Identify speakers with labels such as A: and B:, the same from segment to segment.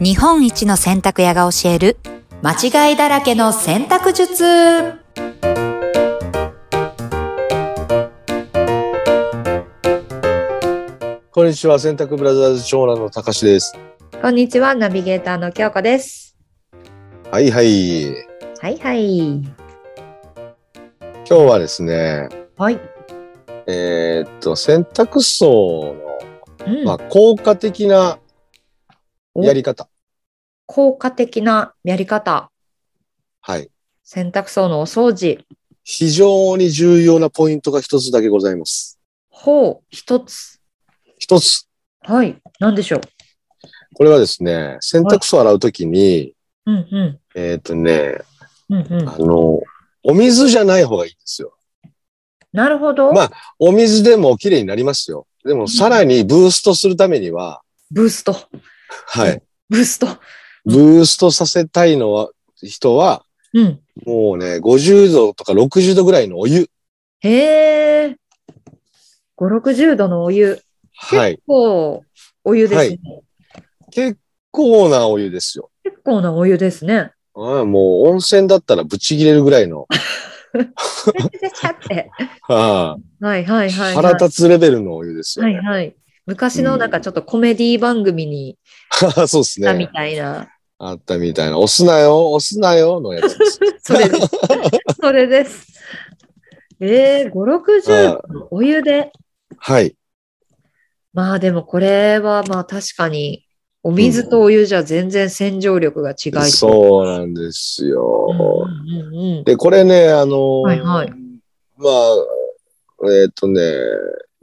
A: 日本一の洗濯屋が教える間違いだらけの洗濯術
B: こんにちは、洗濯ブラザーズ長男のたかしです。
C: こんにちは、ナビゲーターの京子です。
B: はいはい。今
C: はいはい。
B: 日はですね、
C: はい。
B: えーっと、洗濯槽
C: うん
B: の、まあ、効果的なやり方。
C: お効果的なやり方。
B: はい。
C: 洗濯槽のお掃除。
B: 非常に重要なポイントが一つだけございます。
C: ほう、一つ。
B: 一つ。
C: はい。なんでしょう。
B: これはですね、洗濯槽を洗うときに、
C: うんう
B: えーっとね、
C: ん。うんうん
B: あ。の、お水じゃない方がいいんですよ。
C: なるほど。
B: まあお水でも綺麗になりますよ。でも、さらにブーストするためには、
C: ブースト。
B: はい。
C: ブースト。
B: ブーストさせたいのは、人は、
C: うん。
B: もうね、50度とか60度ぐらいのお湯。
C: へえ。5、60度のお湯。
B: はい。
C: こう、お湯ですね。
B: 結構なお湯ですよ。
C: 結構なお湯ですね。
B: ああもう温泉だったらぶち切れるぐらいの、
C: ちゃちゃって。
B: は
C: はいはい
B: あ
C: はい、はい。
B: 腹立つレベルのお湯ですよ、
C: はい
B: ね。
C: はい。昔のなんかちょっとコメディ番組に
B: そうです
C: いたみ
B: ね。
C: たいな。
B: あったみたいな。押すなよ、押すなよのやつ です。
C: そ れです。それです。えー、5、60のお湯で。
B: はい。
C: まあでもこれはまあ確かに、お水とお湯じゃ全然洗浄力が違いう。
B: そうなんです
C: うん
B: よ。
C: うんうん
B: で、これね、あのー
C: はいはい
B: まあ、えっ、とね、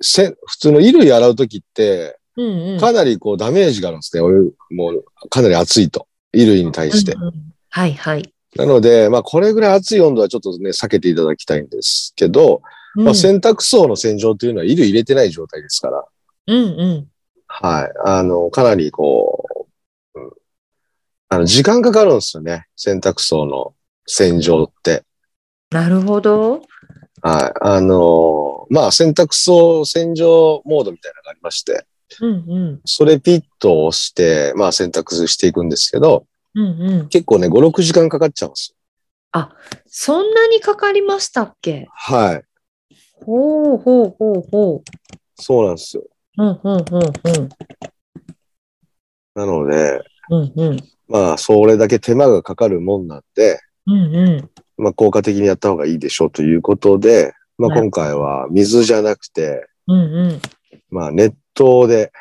B: せ普通の衣類洗うときって、
C: うんうん
B: かなりこうダメージがあるんですね。お湯もうかなり熱いと。衣類に対して。
C: うんうんはいはい。
B: なので、まあこれぐらい熱い温度はちょっとね、避けていただきたいんですけど、ま
C: う
B: あ
C: ん
B: 洗濯槽の洗浄というのは衣類入れてない状態ですから、
C: うんうん
B: はい。あの、かなりこう、うんあの、時間かかるんですよね。洗濯槽の洗浄って。
C: なるほど。
B: はい。あの、まあ洗濯槽洗浄モードみたいなのがありまして、
C: うんうん
B: それピッと押して、まあ洗濯していくんですけど、
C: うんうん。
B: 結構ね、5、6時間かかっちゃうんですよ
C: そんなにかかりましたっけ
B: はい。
C: ほうほうほうほう。
B: そうなんですよ。
C: うんうんうんうん。
B: なので、
C: うんうん。
B: まあ、それだけ手間がかかるもんなんで、
C: うんうん。
B: まあ、効果的にやった方がいいでしょうということで、まあ、
C: はい
B: 今回は水じゃなくて、
C: うんうん。
B: まあ、熱湯で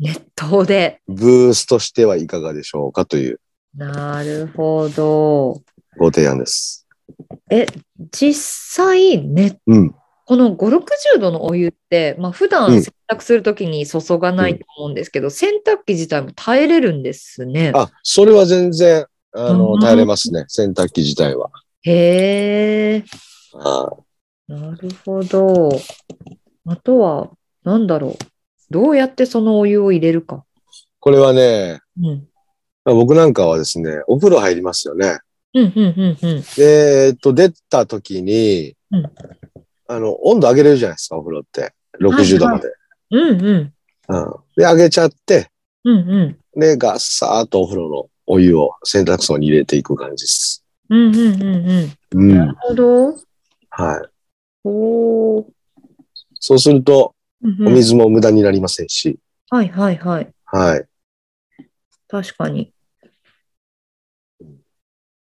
C: 熱湯で。
B: ブーストしてはいかがでしょうかという
C: なるほど。
B: ご提案です。
C: 実際、ね、
B: うん。
C: この5、60度のお湯って、まあ普段
B: うん
C: 洗濯するときに注がないと思うんですけど、洗濯機自体も耐えれるんですね。
B: あ、それは全然、あ
C: う
B: の、
C: ん
B: 耐えれますね。洗濯機自体は。
C: へえ、
B: あ
C: なるほど。あとは、なんだろう。どうやってそのお湯を入れるか。
B: これはね、
C: うん。
B: まあ僕なんかはですね、お風呂入りますよね。
C: うんうんうんうん。
B: で、えっと、出た時に、
C: うん
B: あの、温度上げれるじゃないですか、お風呂って。60度まで。
C: うんうん。
B: うん。で、上げちゃって、
C: うんうん。
B: で、ガッサーっとお風呂のお湯を洗濯槽に入れていく感じです。
C: うんうんうんうん。
B: う
C: なる
B: ん。
C: ほど。
B: はい。
C: おー。
B: そうすると、
C: うん
B: お
C: うん
B: 水も無駄になりませんし、
C: はいはいはい。
B: はい。
C: 確かに。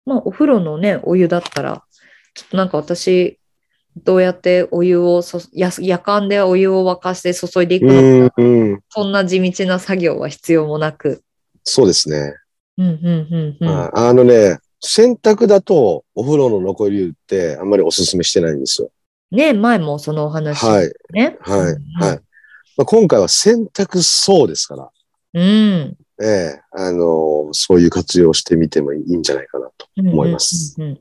C: まあ、お風呂のね、お湯だったら、ちょっとなんか私、どうやってお湯をそや、やかんでお湯を沸かして注いでいく
B: う
C: のか、
B: ん、うん。
C: そんな地道な作業は必要もなく。
B: そうですね。
C: うんうんうんうん。
B: はいあのね、洗濯だとお風呂の残り湯ってあんまりおすすめしてないんですよ。
C: ね、前もそのお話、
B: はい。
C: ね。
B: はい。はい。
C: は
B: まあ、今回は洗濯槽ですから。
C: い。うん。
B: ええ、あの、そういう活用をしてみてもいいんじゃないかなと思います。
C: うんうんうんうん。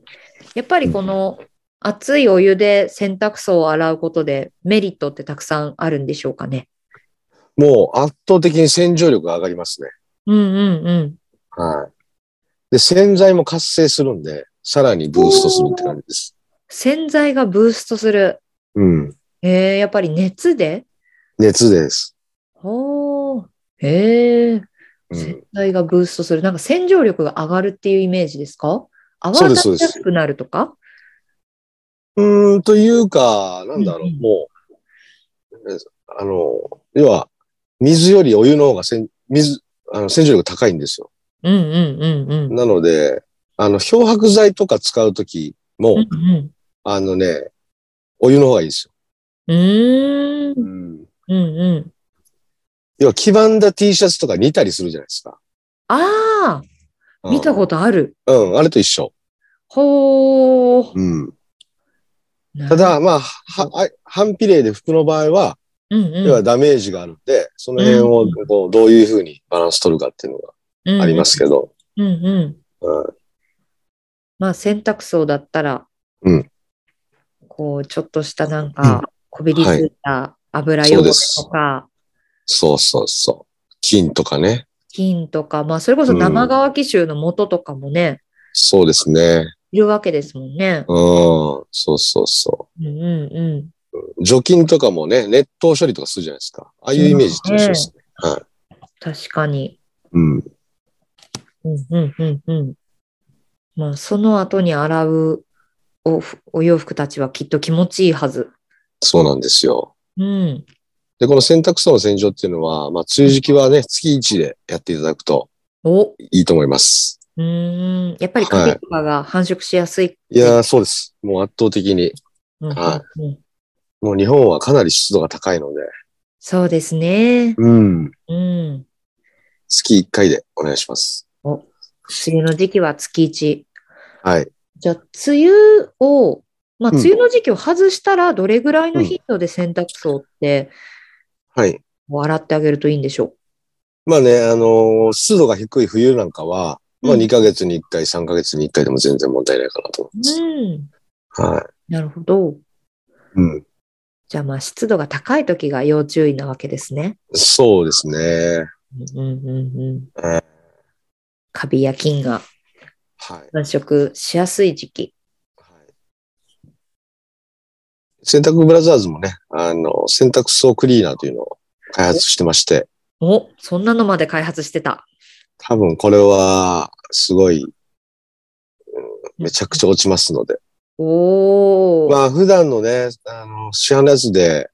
C: やっぱりこの熱いお湯で洗濯槽を洗うことでメリットってたくさんあるんでしょうかね。
B: もう圧倒的に洗浄力が上がりますね。
C: うんうんうん。
B: はい。で、洗剤も活性するんで、さらにブーストするって感じです。
C: 洗剤がブーストする。
B: うん。
C: えー、やっぱり熱で
B: 熱です。
C: ほー。えー、
B: うん
C: 洗剤がブーストする。なんか洗浄力が上がるっていうイメージですか泡
B: そう
C: が
B: です
C: 立ちやすくなるとか
B: うーん、というか、なんだろう、
C: うんうん
B: もう、えあの、要は、水よりお湯の方が洗、水、あの、洗浄力高いんですよ。
C: うんうんうんうん。
B: なので、あの、漂白剤とか使うときも、
C: うんうん
B: あのね、お湯の方がいいですよ。
C: うーん。
B: うん、
C: うんうん。
B: 要は、黄ばんだ T シャツとか似たりするじゃないですか。。
C: ああ、見たこととある。
B: うん、あれと一緒。
C: ほー。
B: うん。ただ、まあ、は、は反比例で服の場合は、
C: うんうん、
B: 要はダメージがあるんで、その辺を
C: う
B: こうどういうふうにバランス取るかっていうのがありますけど、
C: うんうん。
B: うん
C: まあ洗濯槽だったら、
B: うん
C: こう、ちょっとしたなんか、こびりついた油
B: そ
C: 汚
B: うで
C: れ
B: す
C: とか、
B: そうそうそう。金とかね。
C: 菌とか、まあそれこそ生乾き臭の元とかもね、
B: そうですね。
C: いるわけですもんね。
B: うん。そうそうそ
C: うんうんうん。
B: う。除菌とかもね、熱湯処理とかするじゃないですか。ああいうイメージと一緒ですね。はい。
C: 確かに。
B: うん。
C: うんうんうんうん。まあその後に洗うおお洋服たちはきっと気持ちいいはず。
B: そうなんですよ。
C: うん。
B: で、この洗濯槽の洗浄っていうのは、まあ、梅雨時期はね、月1でやっていただくと
C: おう
B: いいと思います。
C: ーん。やっぱりカビとかが繁殖しやすい。
B: いやー、そうです。もう圧倒的に。
C: うんうん
B: は
C: うん
B: もう日本はかなり湿度が高いので。
C: そうですね。
B: うん。
C: うん。
B: 月1回でお願いします。
C: 梅雨の時期は月1。
B: はい。
C: じゃあ、梅雨を、まあ、
B: うん
C: 梅雨の時期を外したら、どれぐらいの頻度で洗濯槽って、
B: はい。
C: こう洗ってあげるといいんでしょ
B: まあね、あのー湿度が低い冬なんかは、まあ
C: うん。
B: 2ヶ月に1回、3ヶ月に1回でも全然問題ないかなと思いうます。
C: うん。
B: はい。
C: なるほど。
B: うん。
C: じゃあ、まあ、湿度が高い時が要注意なわけですね。
B: そうですね。
C: うんうんうんうん。
B: はい。
C: カビや菌が
B: はい。
C: 繁殖しやすい時期。
B: 洗濯ブラザーズもね、あの、洗濯槽クリーナーというのを開発してまして、
C: お、そんなのまで開発してた。
B: 多分これは、すごい、うんめちゃくちゃ落ちますので。
C: おー。
B: まあ普段のね、あの、市販のやつで、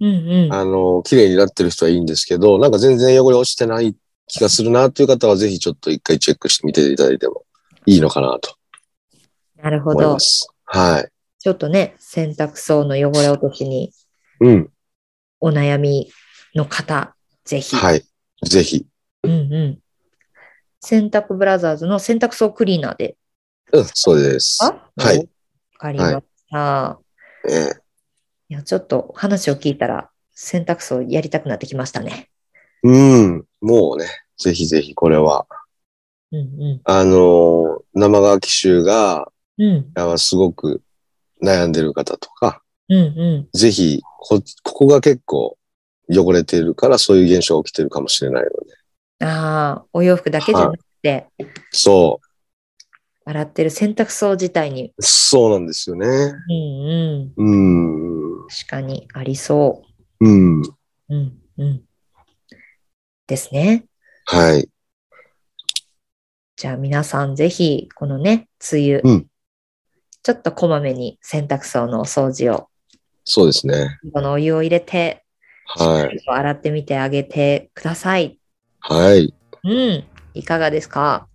C: うんうん。
B: あの、綺麗になってる人はいいんですけど、なんか全然汚れ落ちてない気がするなっていう方は、ぜひちょっと一回チェックしてみていただいてもいいのかなと
C: なるほ
B: 思い
C: ど
B: ま。す。はい。
C: ちょっとね、洗濯槽の汚れ落としに
B: うん。
C: お悩みの方、ぜひ。
B: はい。ぜひ。
C: うんうん。洗濯ブラザーズの洗濯槽クリーナーで。
B: うん、そうです。はい
C: わかりました。
B: ええ
C: い、や、ちょっと話を聞いたら、洗濯槽やりたくなってきましたね。
B: うん。もうね、ぜひぜひこれは、
C: うんう
B: あのー生乾き臭が、
C: ん。うん
B: あすごく悩んでる方とか、
C: うんうん。
B: ぜひこ、ここが結構汚れているから、そういう現象が起きてるかもしれないので。
C: ああ、お洋服だけじゃなくて、
B: そ
C: 洗ってる洗濯槽自体に、
B: う。そうなんですよね。
C: うんうん。
B: うん。
C: 確かにありそ
B: うん。
C: う。うんうん。ですね。
B: はい。
C: じゃあ皆さんぜひ、このね、梅
B: う
C: 雨、
B: ん
C: ちょっとこまめに洗濯槽のお掃除を、
B: そうですね。
C: このお湯を入れて、
B: はい。
C: 洗ってみてあげてください。
B: はい。
C: うん、いかがですか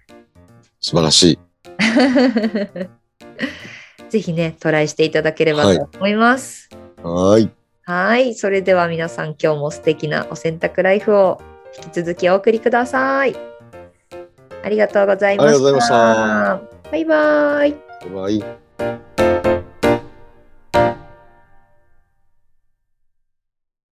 B: 素晴らしい。
C: ぜひね、トライしていただければと思います。
B: はい。
C: はい、それでは皆さん今日も素敵なお洗濯ライフを引き続きお送りください。ありがとうござい
B: ありが
C: ました。。
B: とうございました
C: バイバイ。
B: はい。